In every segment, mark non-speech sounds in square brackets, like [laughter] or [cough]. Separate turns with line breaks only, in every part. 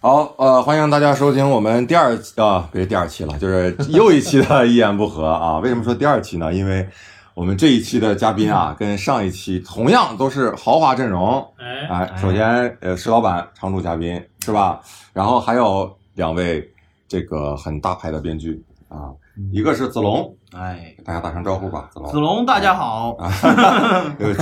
好，呃，欢迎大家收听我们第二期啊，别第二期了，就是又一期的一言不合啊。为什么说第二期呢？因为我们这一期的嘉宾啊，跟上一期同样都是豪华阵容。
哎，
哎，首先，呃，石老板常驻嘉宾是吧？然后还有两位这个很大牌的编剧啊，一个是子龙，
哎，
大家打声招呼吧，子龙。
子龙，大家好。
呃，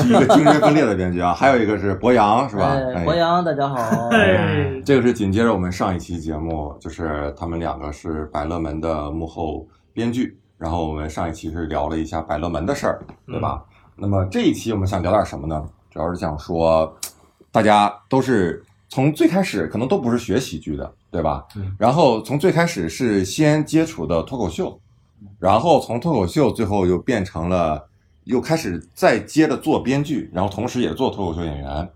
一个精神分裂的编剧啊，还有一个是博洋，是吧？
哎，
哎
博洋，大家好。
哎
这个是紧接着我们上一期节目，就是他们两个是百乐门的幕后编剧，然后我们上一期是聊了一下百乐门的事儿，对吧？那么这一期我们想聊点什么呢？主要是想说，大家都是从最开始可能都不是学喜剧的，对吧？
嗯
然后从最开始是先接触的脱口秀，然后从脱口秀最后又变成了又开始再接着做编剧，然后同时也做脱口秀演员，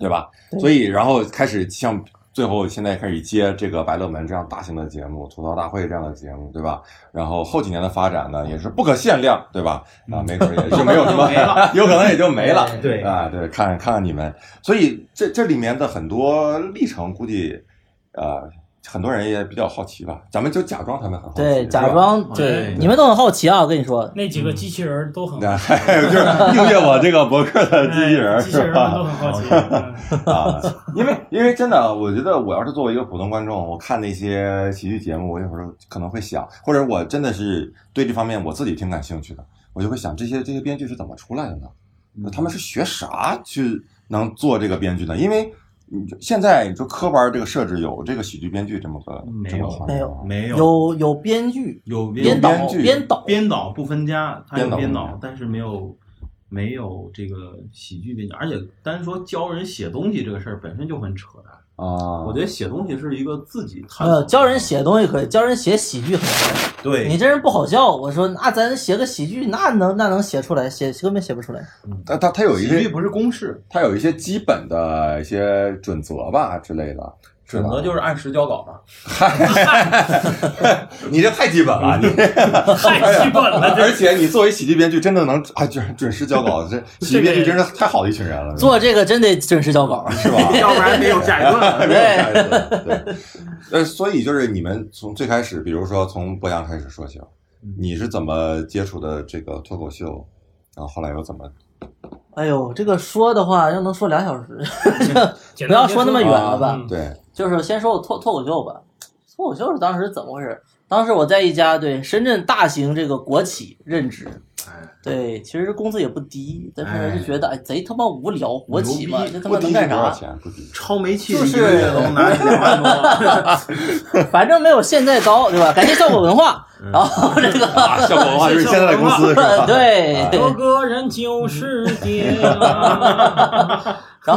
对吧？
对
所以然后开始像最后现在开始接这个《百乐门》这样大型的节目，《吐槽大会》这样的节目，对吧？然后后几年的发展呢，也是不可限量，对吧？啊，没准儿也就没有什么
[laughs] 没了，
[laughs] 有可能也就没了。
哎对
啊，对，看看看你们，所以这这里面的很多历程，估计呃很多人也比较好奇吧。咱们就假装他们很好奇，
对，
是吧
假装
哎
对，你们都很好奇啊，我跟你说，
那几个机器人都很，
那 [laughs] 就是订阅我这个博客啊的机器
哎
人
机器
是
人
吧
们？都很好奇。嗯 [laughs]
啊，因为因为真的，我觉得我要是作为一个普通观众，我看那些喜剧节目，我有时候可能会想，或者我真的是对这方面我自己挺感兴趣的，我就会想这些这些编剧是怎么出来的呢？他
嗯
们是学啥去能做这个编剧呢？因为你就现在你说科班这个设置有这个喜剧编剧这么个
没
这
有
么个行业
没有
吗
没有
有有编剧、
有编
编导
导、
编剧
编导，
编导不分家，他有
编
编
导
导，但是没有没有这个喜剧编剧，而且单说教人写东西这个事儿本身就很扯淡。
啊？
我觉得写东西是一个自己探索
没
的
有呃教人写东西可以，教人写喜剧很难。你
对，
这人不好笑，我说那咱写个喜剧，那能那能写出来，写根本写不出来。
嗯
但他他有一
喜剧
些
不是公式，
他有一些基本的一些准则吧之类的。
准则就是按时交稿嘛。
你这太基本
[laughs]
了，你
太基本了，
而且你作为喜剧编剧，真的能啊准准时交稿，这喜剧编剧真是太好的一群人了，
做这个真得准时交稿。 [laughs]
是吧？
要不然没有下一段。
[laughs] 对，呃，所以就是你们从最开始，比如说从博洋开始说起吧，
嗯
你是怎么接触的这个脱口秀？然后后来又怎么？
哎呦，这个说的话要能说俩小时，
简单
[laughs] 不要说那么
结
远
束
了吧
啊对，
就是先说我脱脱口秀吧，脱口秀是当时怎么回事？当时我在一家对深圳大型这个国企任职，
哎
对，其实工资也不低，但是就觉得哎贼他妈无聊，国企嘛，
牛逼
这他
不
妈
低
能
是
干
多少
啥？
钱？不低。
超没气，
就是
一个月能拿两万
[laughs] 嗯
多，
反正没有现在高，对吧？感谢效果文化，
嗯
然后这个 [laughs]
啊，效果的话就是现在的公 [laughs] 司是吧？
呃
啊
对，
多个人就是爹啊！
然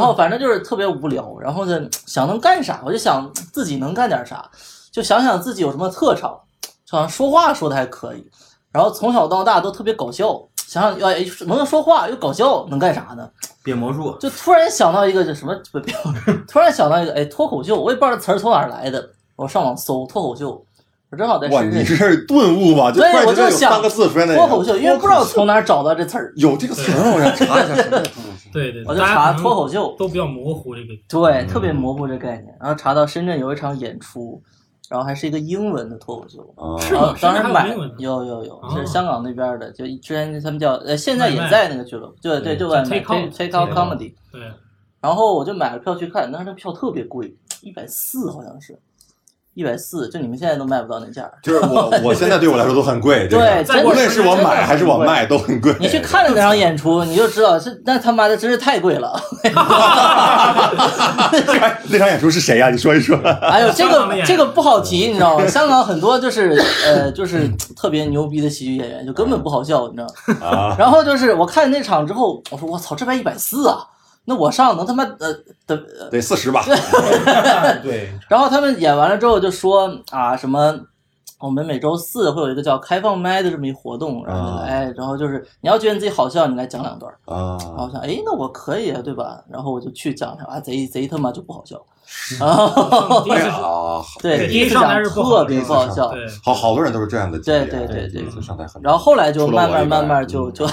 嗯
后反正就是特别无聊，然后呢想能干啥，我就想自己能干点啥，就想想自己有什么特长，想说话说的还可以，然后从小到大都特别搞笑，想想要哎能说话又搞笑，能干啥呢？
变魔术。
就突然想到一个，就什么不不 [laughs] 突然想到一个，哎，脱口秀，我也不知道这词儿从哪儿来的，我上网搜脱口秀，我正好在
哇，
深
你
圳
是顿悟吧？就突
对
然
我
觉得
就
有
想
三个字出现在
脱口秀，因为不知道从哪儿找到这词儿，
有这个词儿吗，我想查一下什么叫脱口秀。
对对，
我就
大家
查
可能
脱口秀，
都比较模糊这个。
对，特别模糊这概念。然后查到深圳有一场演出，然后还是一个英文的脱口秀。
啊
是
然
吗
后当
深圳哦
时
还有
买
英文的
有有有，
哦
是香港那边的，就之前他们叫呃，现在也
外卖
在那个俱乐部，对
对
对，就
就
外卖
take out，
take out
take out
comedy。
对，
然后我就买了票去看，但是那票特别贵，一百四好像是，一百四，就你们现在都卖不到那价儿。
就是我，我现在对我来说都很贵。这个
对，真
无
的
论是我
真的
买还是
很
我
贵。
卖都很贵。
你去看了那场演出，你就知道是那他妈的真是太贵了。
哎那场演出是谁呀、你说一说。
[laughs]
哎呦，这
香港的
个
演员
这个不好提，你知道吗？ [laughs] 香港很多就是呃，就是特别牛逼的喜剧演员，就根本不好笑，你知道
嗯
吗？
啊，
然后就是我看那场之后，我说我操，这边一百四啊，那我上能他妈呃的。呃
得四
[laughs]
十吧。
对，
然后他们演完了之后就说啊什么。我们每周四会有一个叫开放麦的这么一活动，然后就
啊
哎，然后就是你要觉得你自己好笑，你来讲两段儿。
啊，
然后我想，哎，那我可以啊，对吧？然后我就去讲了，啊，贼贼他妈就不好笑。然后
第一
[laughs]
次
啊，
对，
对
第一次
上
讲
来是不好
特别不好
笑
笑，
对，
好好多人都是这样的经历。
对对对
第一次上台很。
然后后来就
除了
慢
我嗯
慢
以外
慢慢就 [laughs] 就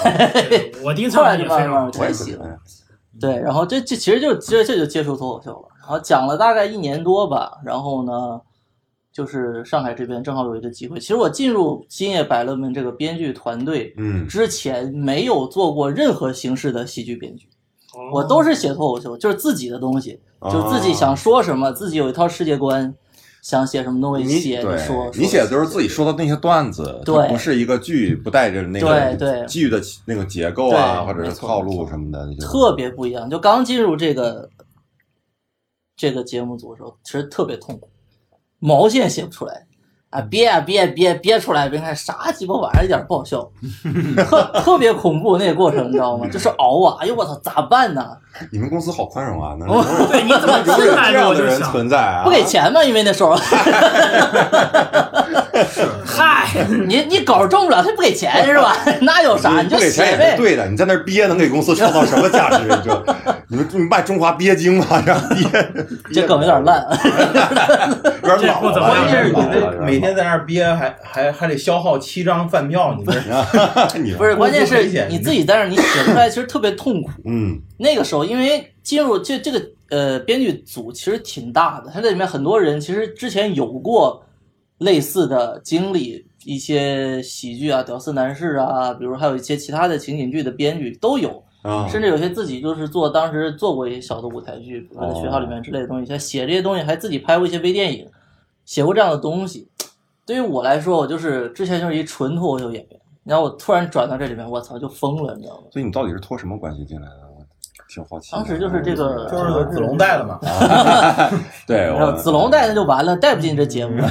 我第一次
后
看
来就
也非
慢
常
慢
好
就
我也
喜
喜
欢
欢。
对，然后这这其实就这这就接触脱口秀了。然后讲了大概一年多吧，然后呢，就是上海这边正好有一个机会。其实我进入今夜百乐门这个编剧团队
嗯
之前，没有做过任何形式的喜剧编剧，我都是写脱口秀，就是自己的东西，就
啊
自己想说什么，自己有一套世界观，想写什么东西
你
写
对
说。
你写的都是自己说的那些段子，它
对
不是一个剧，不带着那
对
个
对
剧的那个结构啊，
对
或者
没
是
错
套
没
路
错
什么的那些。
特别不一样。就刚进入这个这个节目组的时候，其实特别痛苦，毛线写不出来啊，
嗯
憋啊憋啊憋啊憋出来，别看啥鸡巴玩意儿，一点儿不好
[laughs]
笑，特特别恐怖那个过程，你知道吗？就是熬啊，哎呦我操，咋办呢？
你们公司好宽容啊，能
哦
对，你怎么
容
进
忍
来
这
的
样
我
的
就
人
想，
存在啊？
不给钱吗？因为那时候 [laughs]
嗯嗨，
你你稿儿中不了，他不给钱是吧？ [laughs] 那有啥？
你
就
嗯不给
写
钱也是
呗。
对的，你在那儿憋能给公司创造什么价值？你
[laughs]
这，你们你们卖中华鳖精吗？让憋，
这梗有点烂，
有点老
这不怎
了，
么样
关键是你
有点老
那
了 [laughs]
每天在那儿憋，还还还得消耗七张饭票，你这
你
不是？关键
公司赔
是
钱
你自己在那儿，你写不出来，其实特别痛苦。
嗯
那个时候，因为进入这这个呃编剧组其实挺大的，他这里面很多人其实之前有过类似的经历，一些喜剧啊、屌丝男士啊，比如还有一些其他的情景剧的编剧都有，
啊，
甚至有些自己就是做当时做过一些小的舞台剧，比如说在学校里面之类的东西，他写这些东西，还自己拍过一些微电影，写过这样的东西。对于我来说，我就是之前就是一纯脱口秀演员，然后我突然转到这里面，我操，就疯了，你知道吗？
所以你到底是托什么关系进来的？我挺好奇的。
当时就是这个
就是有子龙带的嘛。
对，
然
我
后子龙带那就完了，带不进这节
[laughs]
目。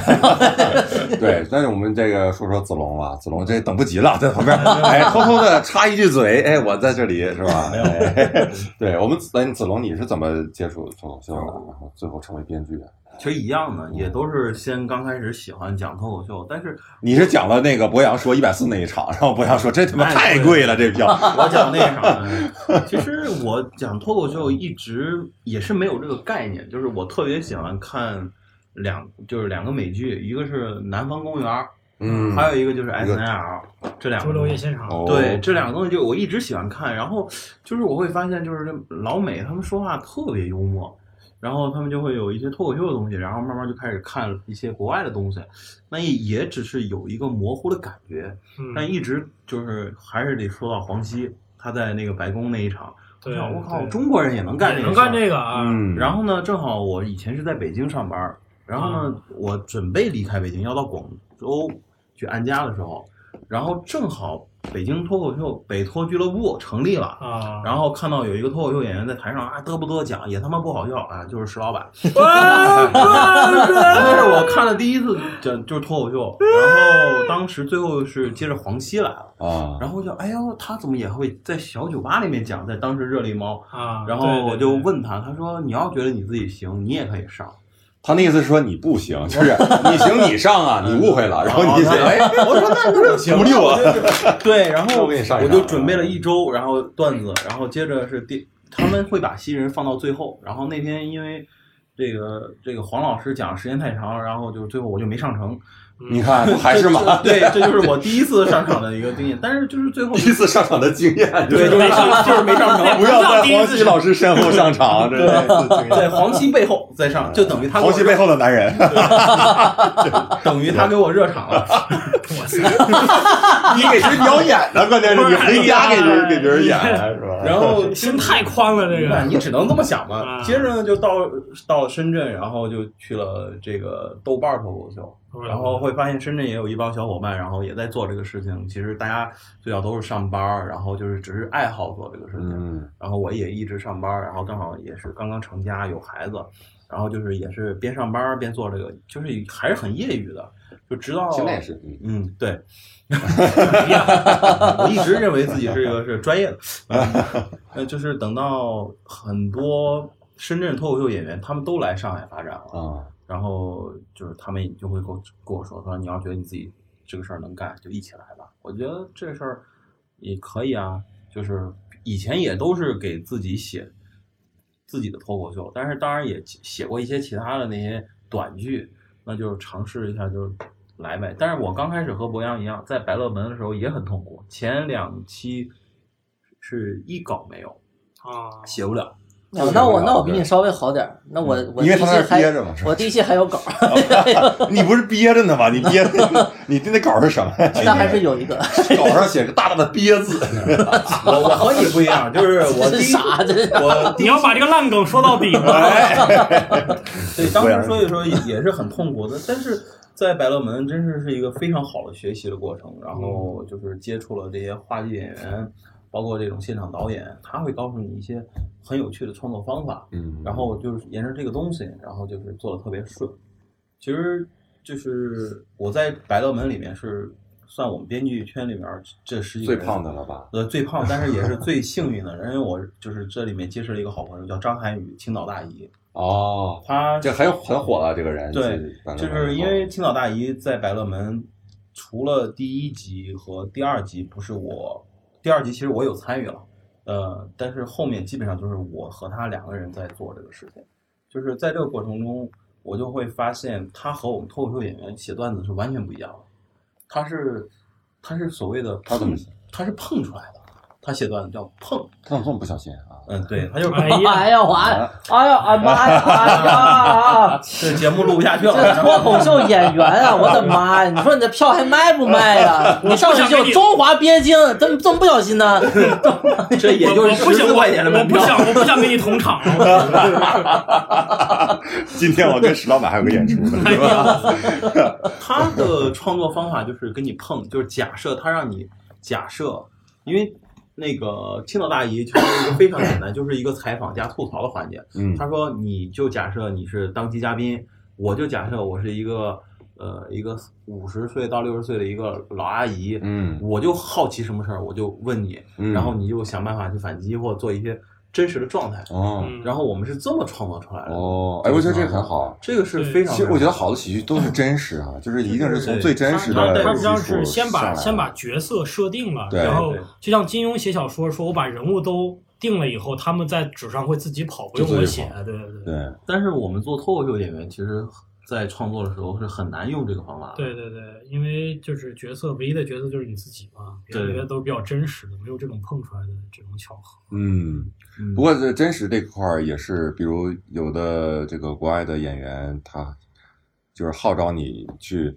对，但是我们这个说说子龙啊，子龙这等不及了，在旁边哎偷偷的插一句嘴，哎，我在这里是吧？
没有
哎、对我们子哎子龙，你是怎么接触脱口秀的？然后最后成为编剧的？
其实一样的，也都是先刚开始喜欢讲脱口秀，但是
你是讲了那个博洋说一百四那一场，然后博洋说这他妈太
太
贵
贵
了，这票。
我讲那啥呢，其实我讲脱口秀一直也是没有这个概念，就是我特别喜欢看两就是两个美剧，一个是《南方公园》，
嗯，
还有一个就是《
一个
S N L》，这两
周
个
六
东
夜
西。
现场，
哦
对，这两个东西就我一直喜欢看，然后就是我会发现，就是这老美他们说话特别幽默，然后他们就会有一些脱口秀的东西，然后慢慢就开始看一些国外的东西，那也只是有一个模糊的感觉，但
嗯，
一直就是还是得说到黄西，他在那个白宫那一场，我
对，
想我靠，
对
中国人也能干这
也
个，
能干这个啊，
嗯，
然后呢，正好我以前是在北京上班儿，然后呢，我准备离开北京，要到广州去安家的时候，然后正好北京脱口秀北脱俱乐部成立了。
啊，
然后看到有一个脱口秀演员在台上啊嘚不嘚讲，也他妈不好笑啊，就是石老板。那是哎我看的第一次讲就是脱口秀，然后当时最后是接着黄西来了，
啊，
然后我就哎呦他怎么也会在小酒吧里面讲，在当时热力猫，
啊，
然
对
后我就，问他，他说你要觉得你自己行，你也可以上。
他那意思是说你不行，就是你行你上啊，你误会了。然后你
哦他
哎，我说那不 [laughs] 行，鼓励我。
[laughs] 对，然
那
后
我给你上一
我
上
就准备了一周，然后段子，然后接着是第他们会把新人放到最后，然后那天因为这个这个黄老师讲时间太长，然后就最后我就没上成，
你看，不还是嘛？
对，这就是我第一次上场的一个经验，但是就是最后
第一次上场的经验，
对就是没上就是没上成，
不要在黄西老师身后上场，这
在黄西背后再上，就等于他给我
黄西背后的男人。
等于他给我热
[laughs]
场了，
你给谁表演呢？关键是你回家给人给别人演啊是吧？
然
[laughs]
后
心太宽了，这
那
个，
你只能这么想嘛。
啊
接着呢，就到到了深圳，然后就去了这个豆瓣儿脱口秀，
嗯
然后会发现深圳也有一帮小伙伴，然后也在做这个事情。其实大家最早都是上班儿，然后就是只是爱好做这个事情。
嗯
然后我也一直上班儿，然后刚好也是刚刚成家有孩子，然后就是也是边上班儿边做这个，就是还是很业余的，就直到
现在也是，嗯
嗯，对，我一直认为自己是一个是专业的，嗯呃，就是等到很多深圳脱口秀演员他们都来上海发展了，
啊，
然后就是他们就会跟我跟我说，他说你要觉得你自己这个事儿能干，就一起来吧。我觉得这事儿也可以啊，就是以前也都是给自己写自己的脱口秀，但是当然也写过一些其他的那些短剧，那就尝试一下就来呗。但是我刚开始和博洋一样，在百乐门的时候也很痛苦，前两期是一稿没有，
啊，
写不了， [laughs]
啊那我那我比你稍微好点儿，那我我第
嗯因
一
为
期
他在那儿
还
憋着嘛是吧
我第一期还有稿儿，
[laughs] 啊你不是憋着呢吗？你憋着，你这那稿是什么哎呀？
但还是有一个，
[laughs] 稿上写着大大的“憋”字，
我我和你不一样，就是我
真
第一
[laughs] 傻，真是
我
你要把这个烂梗说到底吗？
[laughs] 对，当时所以说也也是很痛苦的，但是在百乐门真是是一个非常好的学习的过程，然后
嗯
就是接触了这些话剧演员，包括这种现场导演，他会告诉你一些很有趣的创作方法，
嗯
然后就是沿着这个东西，然后就是做的特别顺。其实就是我在百乐门里面是算我们编剧圈里面这十几
最
个人
胖的了吧？
呃，最胖，但是也是最幸运的人，因为我就是这里面结识了一个好朋友，叫张涵予，青岛大姨，
哦，
他
这很很火了，这个人
对
是完了
就是因为青岛大姨在百乐门，除了第一集和第二集不是我，第二集其实我有参与了，呃，但是后面基本上就是我和他两个人在做这个事情，就是在这个过程中，我就会发现他和我们脱口秀演员写段子是完全不一样的，他是他是所谓的
他怎么
碰
写
他是碰出来的，他写段子叫碰，
他怎么这么不小心啊？
嗯，对，他就是碰
哎呀
[laughs] 哎呀，我哎哎呀，哎妈呀，哎
[laughs]
呀，
这节目录不下去了，
这
然后
脱口秀演员啊，
[laughs]
我的妈呀！你说你这票还卖不卖呀？你上去就中华鳖精，怎么这么不小心呢？
[laughs] 这也就
我
是
不
十
想，
四块钱的
我
门
我不
票。
想，我不想跟你同场了。
[laughs] 今天我跟石老板还有个演出呢，是吧？
他的创作方法就是跟你碰， [laughs] 就是假设他让你假设，因为那个青岛大姨就是一个非常简单，就是一个采访加吐槽的环节。
[laughs] 嗯
他说你就假设你是当期嘉宾，我就假设我是一个呃一个五十岁到六十岁的一个老阿姨，
嗯
我就好奇什么事儿，我就问你，
嗯
然后你就想办法去反击或做一些真实的状态。
哦
嗯
然后我们是这么创作出来的。
哦，哎，我觉得这个很好。
这个是非常，
其实我觉得好的喜剧都是真实啊，就是一定是从最真实
他
的
他实际上
基础
是先
上来
把
的
先把角色设定了，
对
然后
对
就像金庸写小说，说我把人物都定了以后，他们在纸上会自己跑，不
就
用我
自己
写
跑。
对对对
对
但是我们做脱口秀演员，其实，在创作的时候是很难用这个方法的。，
对对对，因为就是角色唯一的角色就是你自己嘛，别
对
的都是比较真实的，没有这种碰出来的这种巧合。
嗯。
嗯、
不过这真实这块儿也是，比如有的这个国外的演员，他就是号召你去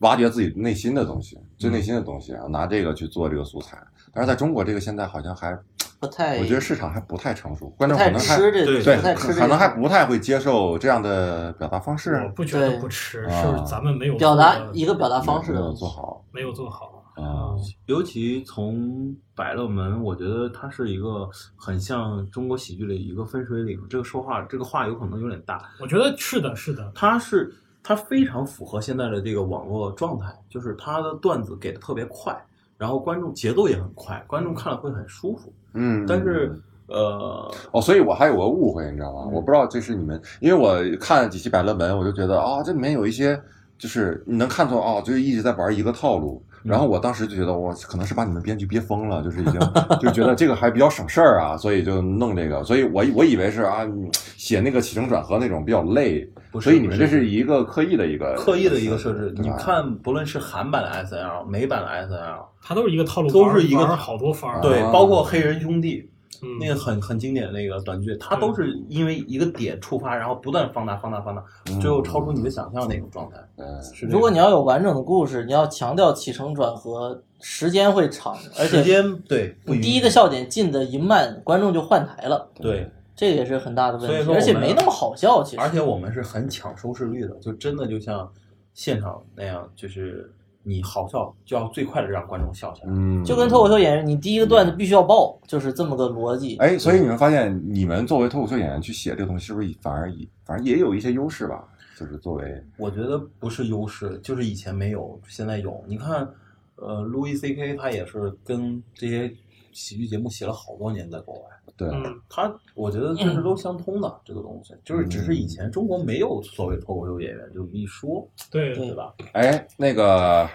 挖掘自己内心的东西，最
嗯
内心的东西，然后拿这个去做这个素材。但是在中国，这个现在好像还，
不太，
我觉得市场还不太成熟，观
不
众可
太
能还
吃这，
对
不太，吃这，
可能还不太会接受这样的表达方
我
式，
不觉得
对
不吃，
啊
是咱们没有
表达
做
一个表达方式
没有做好
没有做好。
啊。
尤其从百乐门，我觉得它是一个很像中国喜剧的一个分水岭。这个说话，这个话有可能有点大。
我觉得是的，是的，
它是它非常符合现在的这个网络状态，就是它的段子给的特别快，然后观众节奏也很快，观众看了会很舒服。
嗯，
但是，呃，
哦，所以我还有个误会，你知道
嗯
吗？我不知道这是你们，因为我看了几期《百乐门》，我就觉得啊、这里面有一些就是你能看出哦，就是一直在玩一个套路。
嗯
然后我当时就觉得，我可能是把你们编剧憋疯了，就是已经就觉得这个还比较省事儿啊，所以就弄这个。所以我我以为是啊，你写那个起承转合那种比较累，
不是
所以你们这
不是
是一个刻意的一个
刻意的一个设置，
对
你
吧
看，不论是韩版的 S N L、美版的 S N L，
它都是一个套路，
都是一个
玩儿好多法儿。
对
啊，
包括黑人兄弟
嗯，
那个很很经典的那个短剧，它都是因为一个点触发，然后不断放大、放大、放大，最后超出你的想象那种状态。
嗯
是这
嗯如果
样
你要有完整的故事，你要强调起承转合，时间会长，而
时
且
间对不
你
允
第一
许
个笑点进的一慢，观众就换台了，
对，
这个也是很大的
所以
问题，
说我
而且
们
没那么好笑。其实，
而且我们是很抢收视率的，就真的就像现场那样，就是你好笑就要最快的让观众笑起来。
嗯，
就跟脱口秀演员，你第一个段子必须要爆，就是这么个逻辑。
哎，所以你们发现，你们作为脱口秀演员去写这个东西，是不是反而以反正也有一些优势吧？就是作为
我觉得不是优势，就是以前没有，现在有。你看，呃，Louis C.K. 他也是跟这些喜剧节目写了好多年，在国外。
对，
嗯，
他我觉得就是都相通的、这个东西，就是只是以前中国没有所谓脱口秀演员这么一说，
对
对
对吧？
哎，那个，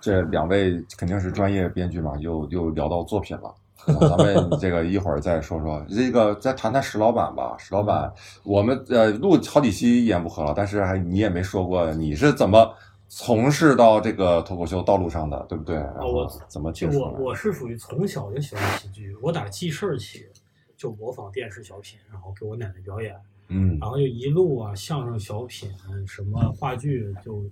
这两位肯定是专业编剧嘛，又又聊到作品了。啊咱 [laughs] 们这个一会儿再说说，这个再谈谈石老板吧。石老板，我们呃录好几期一言不合了，但是还你也没说过你是怎么从事到这个脱口秀道路上的，对不对？然后
我
怎么
就
啊
接触
我
的？
我是属于从小就喜欢喜剧，我打记事儿起，就模仿电视小品，然后给我奶奶表演，
嗯
然后就一路啊，相声、小品、什么话剧，就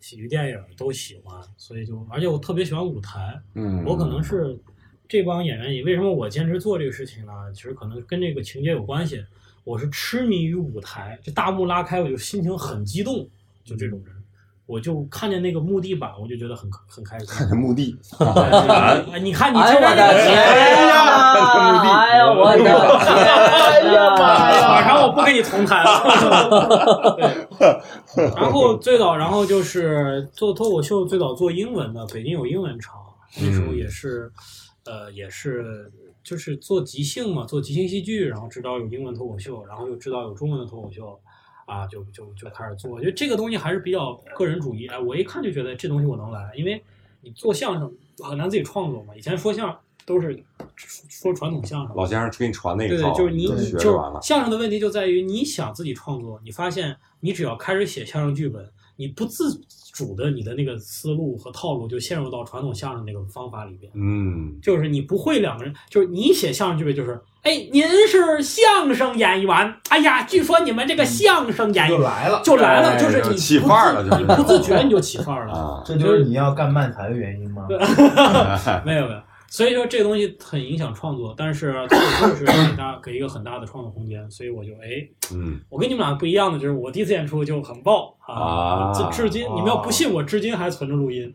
喜剧、电影都喜欢，所以就而且我特别喜欢舞台，
嗯，
我可能是这帮演员里，为什么我坚持做这个事情呢？其实可能跟这个情节有关系。我是痴迷于舞台，这大幕拉开，我就心情很激动，就这种人，我就看见那个木地板，我就觉得很很开心。
看着 [laughs] 墓地，
哎你看，你
哎
这
我的天呀！哎呀，我的
[laughs]
哎
天啊
晚
呀！
上我不跟你同台了。对，然后最早，然后就是做脱口秀，最早做英文的，北京有英文场，那时候也是，呃，也是就是做即兴嘛，做即兴戏剧，然后知道有英文脱口秀，然后又知道有中文的脱口秀。啊，就就就开始做，我觉得这个东西还是比较个人主义。哎，我一看就觉得这东西我能来，因为你做相声很难自己创作嘛。以前说相声都是说传统相声，
老先生给你传那一
对
套，
对，就是你
学
就
就是完了。
相声的问题就在于你想自己创作，你发现你只要开始写相声剧本，你不自主的你的那个思路和套路就陷入到传统相声那个方法里边，
嗯，
就是你不会两个人，就是你写相声剧本就是，哎，您是相声演员，哎呀，据说你们这个相声演
就
员
来了，
就来了，
哎
就是
就
你
起
不
范儿了
自
就是
你不自
[laughs]
觉你就起范儿了。
啊，
这就是你要干漫才的原因吗？
哎
没有没有，所以说这个东西很影响创作，但是脱口秀是给大给一个很大的创作空间，所以我就哎，
嗯，
我跟你们俩不一样的就是我第一次演出就很爆
啊
至至今你们要不信我，至今还存着录音，
吗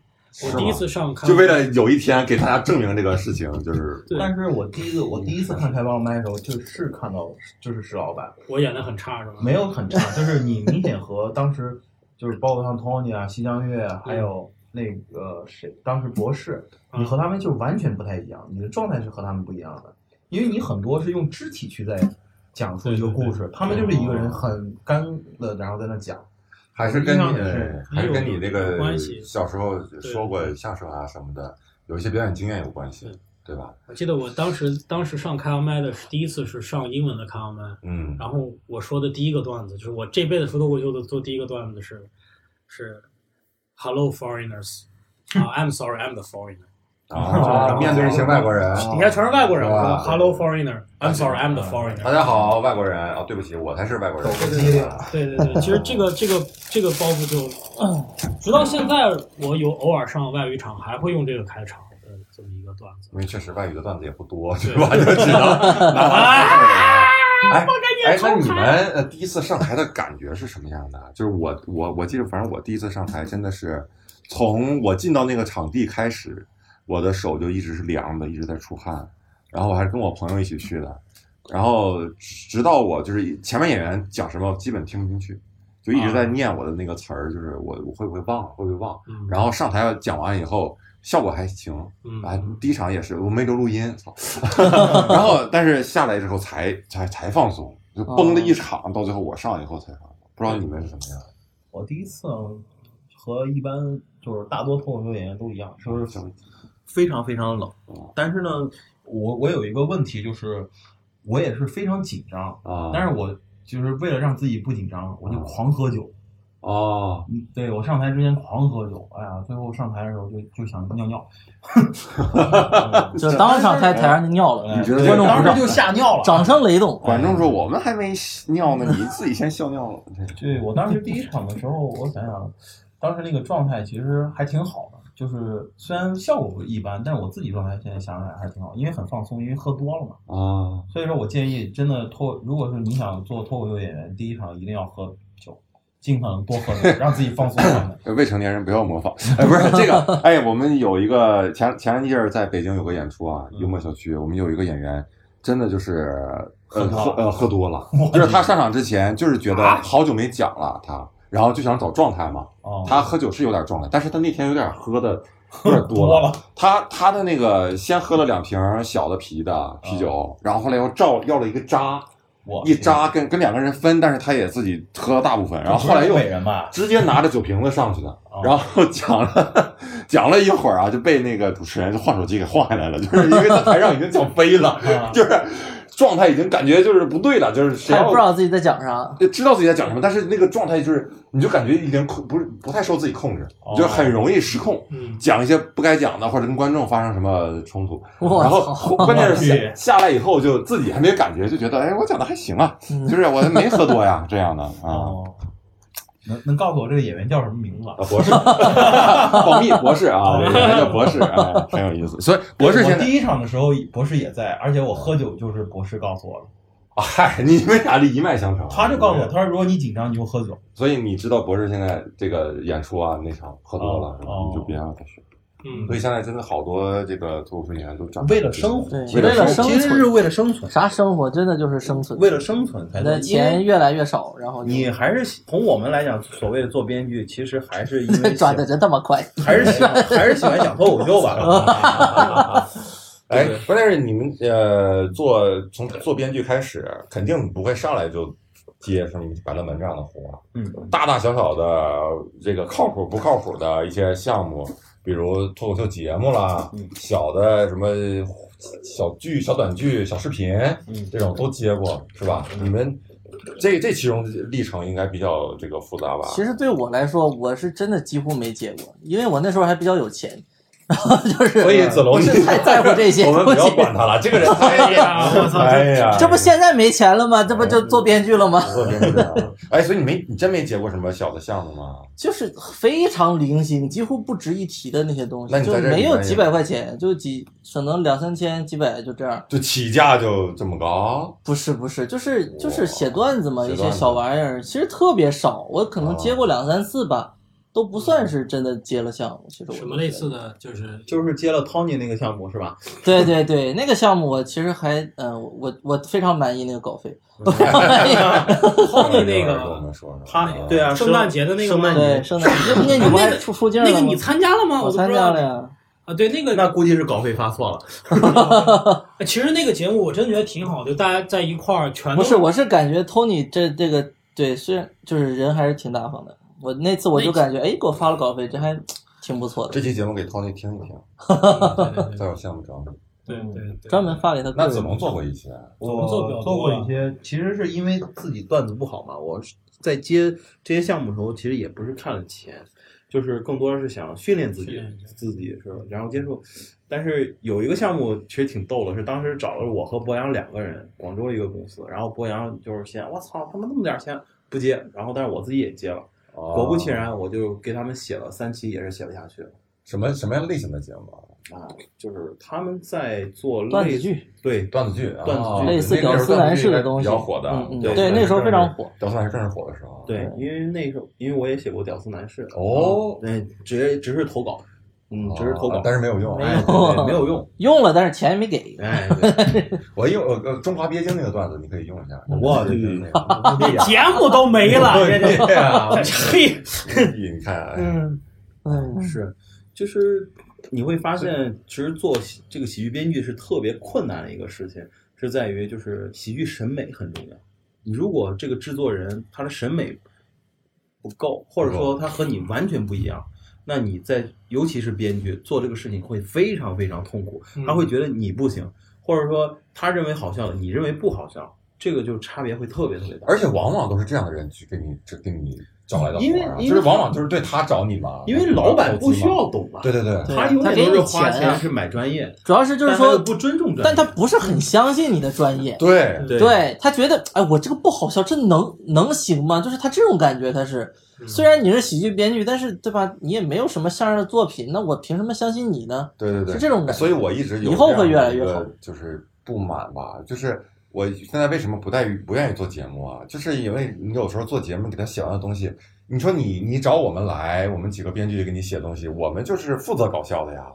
我第一次上看
就为了有一天给大家证明这个事情，就是
对
但是我第一次我第一次看开放麦的时候，就是看到就是石老板
我演的很差是吧？
没有很差，就是你明显和当时就是包括像 Tony 啊、西江月啊，还有那个谁，当时博士，
嗯
你和他们就完全不太一样，你的状态是和他们不一样的，因为你很多是用肢体去在讲述一个故事，他们就是一个人很干的，然后在那讲。
还是跟你哎
印象是
还是跟你那个
有关系
小时候说过相声啊什么的，有一些表演经验有关系
对，
对吧？
我记得我当时当时上开放麦的是第一次是上英文的开放麦，
嗯
然后我说的第一个段子就是我这辈子说脱口秀的做第一个段子是是 Hello foreigners 啊、I'm sorry I'm the foreigner。
啊，面对一些外国人，
底下全是外国人，
是
我说
吧
Hello foreigner, I'm sorry, I'm the
大
foreigner。
家好，外国人啊，对不起，我才是外国人。
走个激烈
对对
[laughs]
对，其实这个这个这个包袱就，直到现在，我有偶尔上外语场还会用这个开场的这么一个段子。
因为确实外语的段子也不多，对吧？就只能拿来哎哎，那你们呃第一次上台的感觉是什么样的？啊就是我我我记得，反正我第一次上台真的是从我进到那个场地开始，我的手就一直是凉的，一直在出汗。然后我还是跟我朋友一起去的，然后直到我就是前面演员讲什么，我基本听不进去，就一直在念我的那个词儿，就是我我会不会忘了，会不会忘？
嗯，
然后上台讲完以后，效果还行，啊
嗯，，
第一场也是我没留录音，操 [laughs] 然后但是下来之后才才才放松，就崩了一场，到最后我上以后才放松。不知道你们是什么样的？
我第一次和一般就是大多脱口秀演员都一样，就是
非常非常冷
哦。
但是呢，
我我有一个问题就是，我也是非常紧张，
啊
但是我就是为了让自己不紧张，我就狂喝酒。
哦，
嗯，对我上台之前狂喝酒，哎呀，最后上台的时候就就想尿尿，
就是当场在台上就尿
[laughs]
了，
你觉得这
观众
个
鼓
哎当时
掌，
嗯就吓尿了。
掌声雷动。
观众说我们还没尿呢，你自己先笑尿了。
对我当时第一场的时候，我想想，当时那个状态其实还挺好的，就是虽然效果一般，但是我自己状态现在想想还是挺好，因为很放松，因为喝多了嘛。
啊，
所以说我建议，真的脱，如果是你想做脱口秀演员，第一场一定要喝酒，尽可能多喝酒，让自己放松状态。
呃未成年人不要模仿。哎，不是这个，哎，我们有一个前前一阵儿在北京有个演出啊，幽默小区，我们有一个演员。真的就是，呃，喝呃喝多了，就是他上场之前就是觉得好久没讲了，他然后就想找状态嘛，
哦，
他喝酒是有点壮的，但是他那天有点喝的有点
[laughs]
多了。他他的那个先喝了两瓶小的啤的啤酒，然后后来又照要了一个扎，
我
一扎跟跟两个人分，但是他也自己喝了大部分，然后后来又
东北人吧，
直接拿着酒瓶子上去的，然后讲了 [laughs] 讲了一会 [laughs] [laughs] 儿啊，就被那个主持人就换手机给换下来了，就是因为在台上已经讲飞了，就是状态已经感觉就是不对了，就是谁
他也
要
不知道自己在讲啥。
知道自己在讲什么，但是那个状态就是你就感觉已经控不是不太受自己控制，
哦
你就很容易失控，
嗯，
讲一些不该讲的，或者跟观众发生什么冲突。
我
然
操，
后关键是
对
下下来以后就自己还没感觉，就觉得哎，我讲的还行啊，
嗯
就是我没喝多呀，这
[laughs]
样的啊。
哦，能能告诉我这个演员叫什么名字啊？
博士，保密博士啊，人家叫博士，哎，很有意思。所以博士
我
现在，
第一场的时候，博士也在，而且我喝酒就是博士告诉我的，
嗨，你们俩这一脉相承。啊
他就告诉我，他说如果你紧张你就喝酒。
所以你知道博士现在这个演出啊，那场喝多了，
哦哦
你就别让他去。
嗯
所以现在真的好多这个脱口秀演员都长
为了生活，
对
其
为
实
了
生
其实
存
是为了生存，
啥生活真的就是生存，
为了生存才
你的
能
钱越来越少，然后就
你还是从我们来讲，所谓的做编剧，其实还是因
[laughs]
为
转的
喜
真他妈快。
还是喜欢还是喜欢讲脱口秀吧。
哎，关键是你们呃，做从做编剧开始，肯定不会上来就接什么板凳门这样的活啊。
嗯，
大大小小的这个靠谱不靠谱的一些项目，比如脱口秀节目啦，
嗯
小的什么小剧、小短剧、小视频，
嗯
这种都接过，是吧？你们这这其中历程应该比较这个复杂吧？
其实对我来说，我是真的几乎没接过，因为我那时候还比较有钱，然后就是
[laughs] 所以子龙
嗯不
你
是太在乎这
[laughs]
些
我们
东
不要
西。
管他了，这个人哎
[laughs]
呀，
我操
哎呀，
[laughs]
哎
这不现在没钱了吗？这不就做编剧了吗？
[laughs] 做编剧啊？哎，所以你没你真没接过什么小的项目吗？
就是非常零星，几乎不值一提的那些东
那
西，
你
就
在这里
没有
面
几
也
百块钱，就几可能两三千、几百就这样。
就起价就这么高？
不是不是，就是就
哇
是写段子嘛，
写
一些
段子
小玩意儿，其实特别少，我可能接
啊
过两三次吧，都不
嗯
算是真的接了项目。其实我
什
就
么
觉
类
得
似的就是
就是接了 Tony 那个项目是吧？
对对对，那个项目我其实还，嗯、我我非常满意那个稿费。 [laughs] 对，
Tony 那
给我们
个
说说
他
啊
对啊，
圣诞节的那个
圣
吗
诞节
圣诞节那你不还出出镜
[laughs]
了
那
吗？
个你参加了吗？
我
都不
参
知
加
道
了呀。
啊，对那个
那估计是稿费发错了。
哎其实那个节目我真觉得挺好，就大家在一块儿全都
不 [laughs] 是，我是感觉 Tony 这这个对，虽然就是人还是挺大方的。我那次我就感觉，哎，给我发了稿费，这还挺不错的
这。期节目给 Tony 听一听，
对
再有项目找你。
对对对，
专门发给他。
那子龙做过一期，
我
做表
做
多
过
啊
一些，其实是因为自己段子不好嘛。我是在接这些项目的时候，其实也不是看了钱，就是更多是想训练自
训
己
练一下，
自己是吧？然后接触。但是有一个项目其实挺逗的，是当时找了我和博洋两个人，广州一个公司，然后博洋就是嫌我操他妈那么点钱不接，然后但是我自己也接了，果
哦
果
不其，然，我就给他们写了三期，也是写不下去了
哦什么什么样类型的节目啊？
啊，就是他们在做
段
类
子剧，
对
段子剧啊，
段子剧
那
类
似
那时候
屌丝男士的东西
段子剧比较火的，啊
嗯嗯，
对
对，那时候非常火。
屌丝男士正是火的时候。啊
对，因为那时候，因为我也写过《屌丝男士》
哦
啊对，直接只是投稿，嗯，只是投稿，
啊但是没有用。
没
哎
有
对对没有用，
用了，但是钱没给。
哎，对
我用呃呃中华鳖精那个段子，你可以用一下。
哇
对
对
对
对
对
对，
啊节目都没
[laughs]
了，这这
对啊，
[laughs] 嘿，
你看，哎
嗯嗯，
是，就是你会发现，其实做喜这个喜剧编剧是特别困难的一个事情，是在于就是喜剧审美很重要。你如果这个制作人他的审美不够，或者说他和你完全不一样，那你在尤其是编剧做这个事情会非常非常痛苦，
嗯
他会觉得你不行，或者说他认为好笑的，你认为不好笑，这个就差别会特别特别大。
而且往往都是这样的人去给你这给你找来的活
因为
儿啊，
因
就
为
是往往就是对他找你嘛，
因为老板不需要懂嘛，
对对对，
对
他永
他
远
给
都是
你
花
钱啊
钱是买专业，
主要是就是
但他又
说，
不尊重专业，
但他不是很相信你的专业。
对
对
对
对他觉得，哎，我这个不好笑，这能能行吗？就是他这种感觉，他是
嗯
虽然你是喜剧编剧，但是对吧，你也没有什么像样的作品，那我凭什么相信你呢？
对对对，
是这种感觉
所以我一直有
以后
这样的
会越来越好
一个就是不满吧，就是我现在为什么不带不愿意做节目啊？就是因为你有时候做节目，你给他写完的东西，你说你你找我们来，我们几个编剧就给你写东西，我们就是负责搞笑的呀。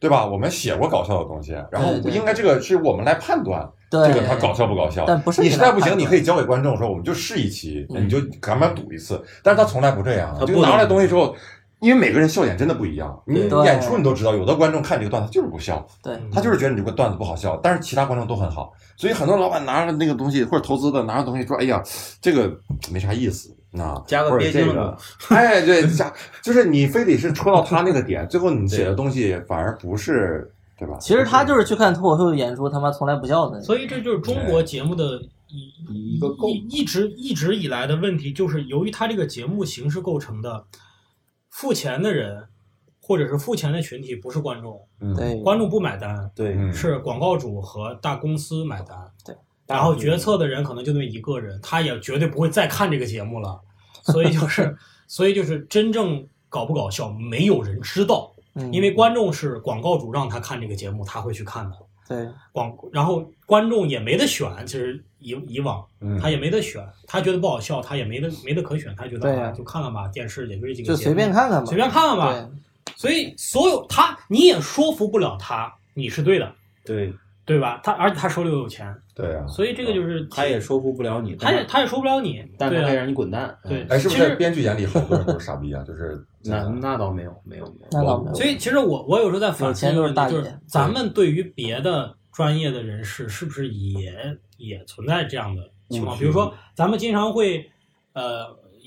对吧？我们写过搞笑的东西，然后
对对
应该这个是我们来判断
对，
这个他搞笑不搞笑。
但不是
你
给
实
他
在不
判
行，
断
你可以交给观众说，我们就试一期，
嗯
你就敢不敢赌一次。但是他从来不这样，
他
就
不
拿
能
来东西之后，因为每个人笑点真的不一样。你
对
演出你都知道，有的观众看这个段子就是不笑，
对
他就是觉得你这个段子不好笑，但是其他观众都很好。所以很多老板拿着那个东西或者投资的拿着东西说，哎呀，这个没啥意思。啊，
加个
或者
鳖精
这
的
个，哎，对，加就是你非得是戳到他那个点，最后你写的东西反而不是对吧？
其实他就是去看脱口秀演出，他妈从来不笑的。
所以这就是中国节目的一
哎一个构
一一直一直以来的问题，就是由于它这个节目形式构成的，付钱的人或者是付钱的群体不是观众，
嗯
对，
观众不买单，
对，
嗯
是广告主和大公司买单。
对，
然后决策的人可能就那一个人，他也绝对不会再看这个节目了。所以就是，所以就是真正搞不搞笑，没有人知道，
嗯
因为观众是广告主让他看这个节目，他会去看的。
对
广，然后观众也没得选，其实以以往
嗯
他也没得选，他觉得不好笑，他也没得没得可选，他觉得
对呀
啊就看看吧，电视也就这几个节
就
目，
随便看看吧，
随便看看吧。
对，
所以所有他你也说服不了他，你是对的，
对，
对吧？他而且他手里又有钱，
对啊，
所以
哦
这个就是
他也说服不了你，
他也他也说不了你，
但
对
是他可以
啊
让你滚蛋。
对
嗯
哎，是不
其
是
实
在编剧眼里好多人都是傻逼啊？就是
那那倒没有，没有没有。
那倒没有。
所以其实我我有时候在反
有
思一
钱
个
都
问
是
题，
大
就
爷
是咱们对于别的专业的人士是不是也也存在这样的情况？比如说，咱们经常会呃，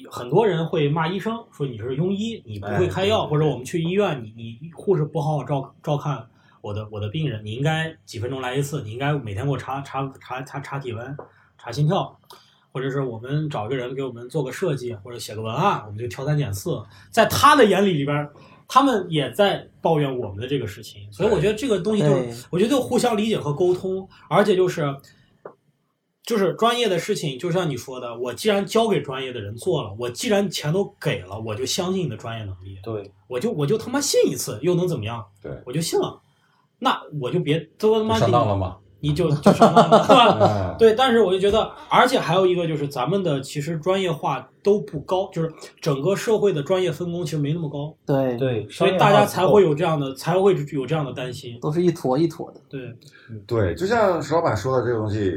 很多人会骂医生说你是庸医，你不会开药，
哎对对
或者我们去医院，你你护士不好好照照看我的我的病人，你应该几分钟来一次，你应该每天给我查查查查查体温、查心跳。或者是我们找一个人给我们做个设计，或者写个文案，我们就挑三拣四。在他的眼里里边儿，他们也在抱怨我们的这个事情，所以我觉得这个东西就是
对，
我觉得就互相理解和沟通，而且就是就是专业的事情，就像你说的，我既然交给专业的人做了，我既然钱都给了，我就相信你的专业能力，
对，
我就我就他妈信一次，又能怎么样？
对
我就信了，那我就别都他
就
妈
上当
给
了吗？
你，你就就上当了，是 [laughs] 吧？
哎，
对，但是我就觉得，而且还有一个就是咱们的其实专业化都不高，就是整个社会的专业分工其实没那么高，
对，
对，
所以大家才会有这样的才会有这样的担心。
都是一坨一坨的。
对，
对，就像石老板说的这个东西，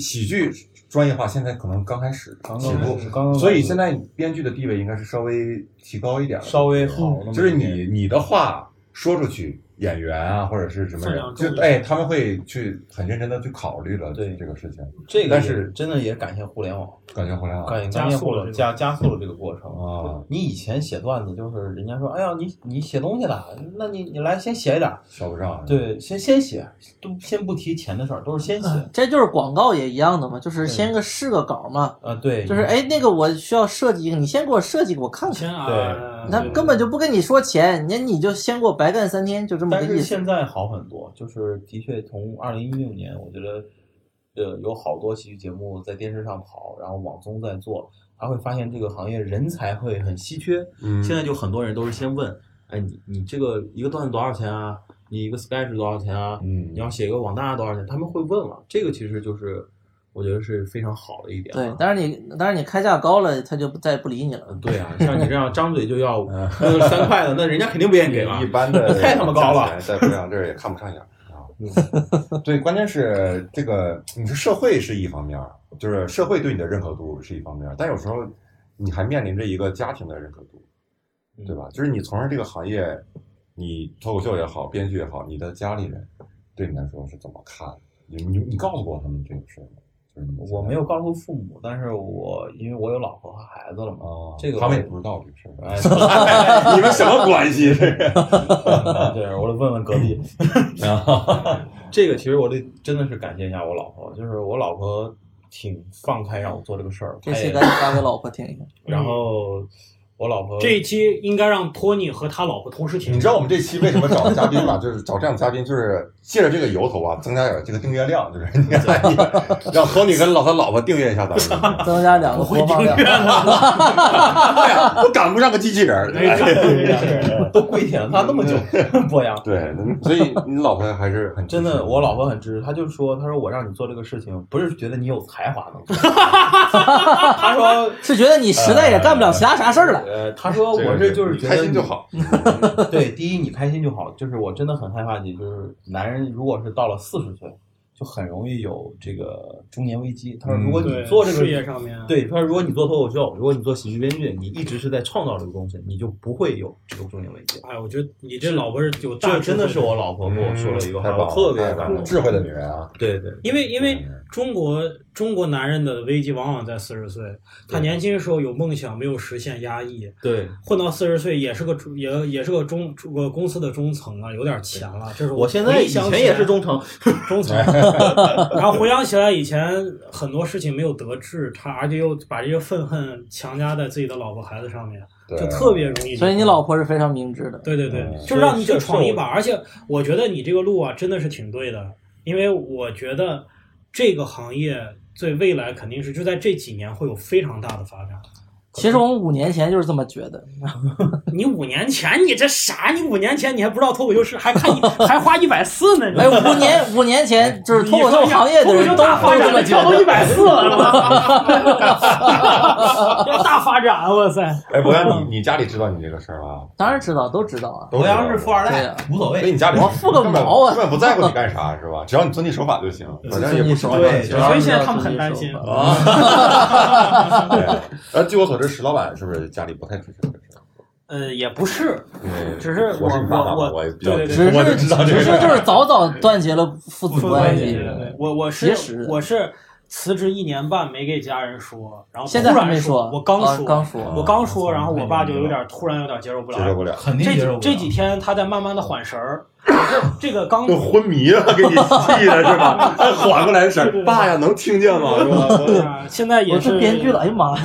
喜剧专业化现在可能刚开始
刚
起
刚
步
开始，刚刚
所以现
在
在编剧的地位应该是稍微提高一点的，
稍微好那么一点，
就是你你的话说出去，演员啊或者是什么
分
人
量，
就
重
哎他们会去很认真的去考虑了
对
这个事情，
这个，
但是
真的也感谢互联网，
感觉回来了
感谢
加
感谢
速
互
了
联
这
加加速了这个过程。
啊，
你以前写段子就是人家说，哎呀，你你写东西了，那你你来先写一点儿，
笑不上，，
对，先先写，都先不提钱的事儿，都是先写
这就是广告也一样的嘛，就是先个试个稿嘛，
啊，对，
就是哎，那个我需要设计一个，你先给我设计给我看看。
先啊，
对
他
对
根本就不跟你说钱，那你就先给我白干三天，就这么
但
个
是
意思。
现在好很多，就是的确从二零一六年，我觉得呃有好多喜剧节目在电视上跑，然后网综在做，他会发现这个行业人才会很稀缺。
嗯
现在就很多人都是先问，哎，你你这个一个段子多少钱啊？你一个 sketch 多少钱啊？
嗯
你要写一个网大多少钱？他们会问了，这个其实就是我觉得是非常好的一点
对
啊。，
但是你但是你开价高了，他就不再也不理你了。
对啊，像你这样张嘴就要呃三块的，那人家肯定不愿意给了
一。般的
啊太他妈高
价
了
钱在不良这儿也看不上眼儿啊。对，关键是这个，你说社会是一方面儿，就是社会对你的认可度是一方面儿，但有时候你还面临着一个家庭的认可度，
嗯
对吧？就是你从事这个行业，你脱口秀也好，编剧也好，你的家里人对你来说是怎么看？你你你告诉过他们这个事儿吗？就是你
[laughs] 我没有告诉父母，但是我因为我有老婆和孩子了嘛，
啊，
呃这个
他们也
我
不知道这个事儿。
哎，
[laughs] 你们什么关系？这个
对，我得问问隔壁。 [laughs] 这个其实我得真的是感谢一下我老婆，就是我老婆挺放开让我做这个事儿，
这
她
期
也
赶紧发给老婆听一下。
然
嗯
后我老婆
这一期应该让托尼和他老婆同时听。
你知道我们这期为什么找嘉宾吗？就是找这样的嘉宾，就是借着这个由头啊，增加点这个订阅量，就是你看，你 [laughs] 让 Tony 跟老他老婆订阅一下咱们，
增加两个播放量，
哎呀，都赶不上个机器人儿。
哎
哎
都跪舔了她那么久， [laughs] 博洋。
对，所以你老婆还是很
真的，我老婆很支持，她就说：“她说我让你做这个事情，不是觉得你有才华
[laughs]
能做。她
[laughs]
说
是觉得你实在也干不了其他啥事儿了。
呃，她说我
这
这就是觉得
开心就
你
好。
对，第一你开心就好。就是我真的很害怕你，就是男人如果是到了四十岁，
就很容易有这个中年危机。他说，
嗯
如果你
对
做这个
事业上面，啊
对，他说如果你做脱口秀，如果你做喜剧编剧，你一直是在创造这个东西，你就不会有这个中年危机。
哎，我觉得你这老婆是有大
这
智
真
慧
的是我老婆跟我说了一个
嗯太
话，
棒
我
了
特别
太
感
棒了
动。
智慧的女人啊，
对对，
因为因为中国中国男人的危机往往在四十岁，他年轻的时候有梦想没有实现，压抑，
对，
混到四十岁也是个中也也是个中个公司的中层啊，有点钱了。这是
我现在
回
以
想
前
起
也啊
来
是中 [laughs] 层，
中层， [laughs]
哎 [laughs]
然后回想起来以前很多事情没有得志，他而且又把这些愤恨强加在自己的老婆孩子上面，
对啊
就特别容易。
所以你老婆是非常明智的。
对对对，
嗯
就是让你去
是
闯一
是
把。而且我觉得你这个路啊，真的是挺对的，因为我觉得这个行业最未来肯定是就在这几年会有非常大的发展。
其实我们五年前就是这么觉得，
你五年前你这啥？你五年前你还不知道脱口秀是，还看你还花一百四呢？你
哎，五年五年前哎就是脱口秀行业的人都
大
都
发
这
展
么
了，
觉
跳到一
得。
百四
[laughs]
了，要大发展，啊哇塞！
哎，博洋，
嗯
你你家里知道你这个事儿吗？
当然知道，都知道啊。
都知道，
对呀
无所
所以。你家里
我富个
根本
毛啊
根本不在乎你干啥是吧？只要你遵纪守法就
[laughs]
行，反正也不
手
说
对
行
只要
所以现在他们很担心
[laughs] 啊。对呃，据我所知，石老板是不是家里不太支持这个事儿？
呃，也不是，
因为
只是
我是你爸爸嘛
我
我也比较
对对
只是
我就知道这
只
个
是
事
就
儿。
是早早断绝了父子
父
关
系。
系
对，对对，我我
结实
是我是辞职一年半没给家人说，然后
现在
突
还
然
没
说，我刚
啊
说，
刚说，
我刚说，然后我爸就有点突然有点接受不
接受
了。
不了，
肯
这几这
[laughs]
几天他在慢慢的缓神儿，可是这个刚
都昏迷了，给你气的是 [laughs] 吧？还缓过来神儿，爸呀，能听见吗？ [laughs] 是吧？
对啊现在也
我
是
是编剧了，哎呀妈呀！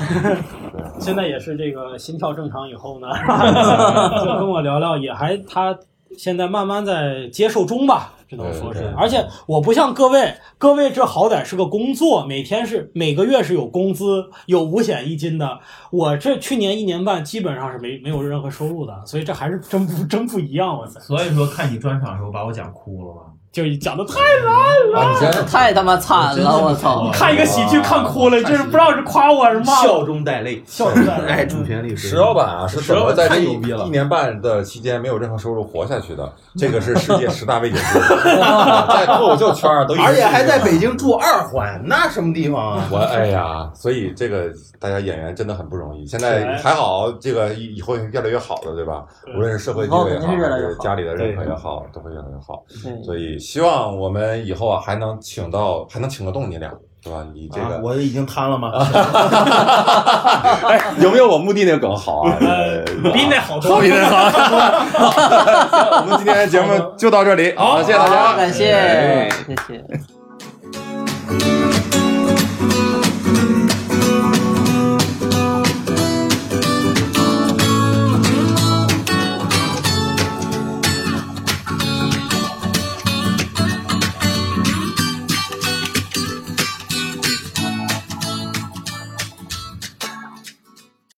现在也是这个心跳正常以后 [laughs] 呢，
嗯
就跟我聊聊，也还他现在慢慢在接受中吧，只能说
对对
是
对。
而且我不像各位，各位这好歹是个工作，每天是每个月是有工资、有五险一金的。我这去年一年半基本上是没没有任何收入的，所以这还是真不真不一样。我操，
[laughs] 所以说看你专场的时候把我讲哭了吧？
就是讲的太烂了。
啊，你先
太他妈惨了，我
真
操
的！
看一个喜剧看哭了，这是不知道是夸我还是骂我。
笑中带 [laughs] 泪，
笑出来了
哎，主旋律。
[laughs] 石老板啊，是怎么在这
石老板太
一
牛逼了
一年半的期间没有任何收入活下去的？这个是世界十大未解 [laughs] 之谜，在脱口秀圈儿都一直
而且还在北京住二环，那什么地方啊？
[laughs] 我哎呀，所以这个大家演员真的很不容易。现在还好，这个以以后越来越好了，对吧？
对
无论是社会地位也好，
哦肯定是越
还
来越好
是家里的认可也好，都会越来越好。
对
所以希望我们以后啊，还能请到，还能请得动你俩，对吧？你这
啊
个
我已经瘫了 [laughs] 吗？
[laughs] 有没有我墓地那个梗好啊？
呃，比
[laughs]
那好多
好
了
比。那好。我们今天的节目就到这里，好，谢谢大
好
家，
感谢
哎，
谢谢。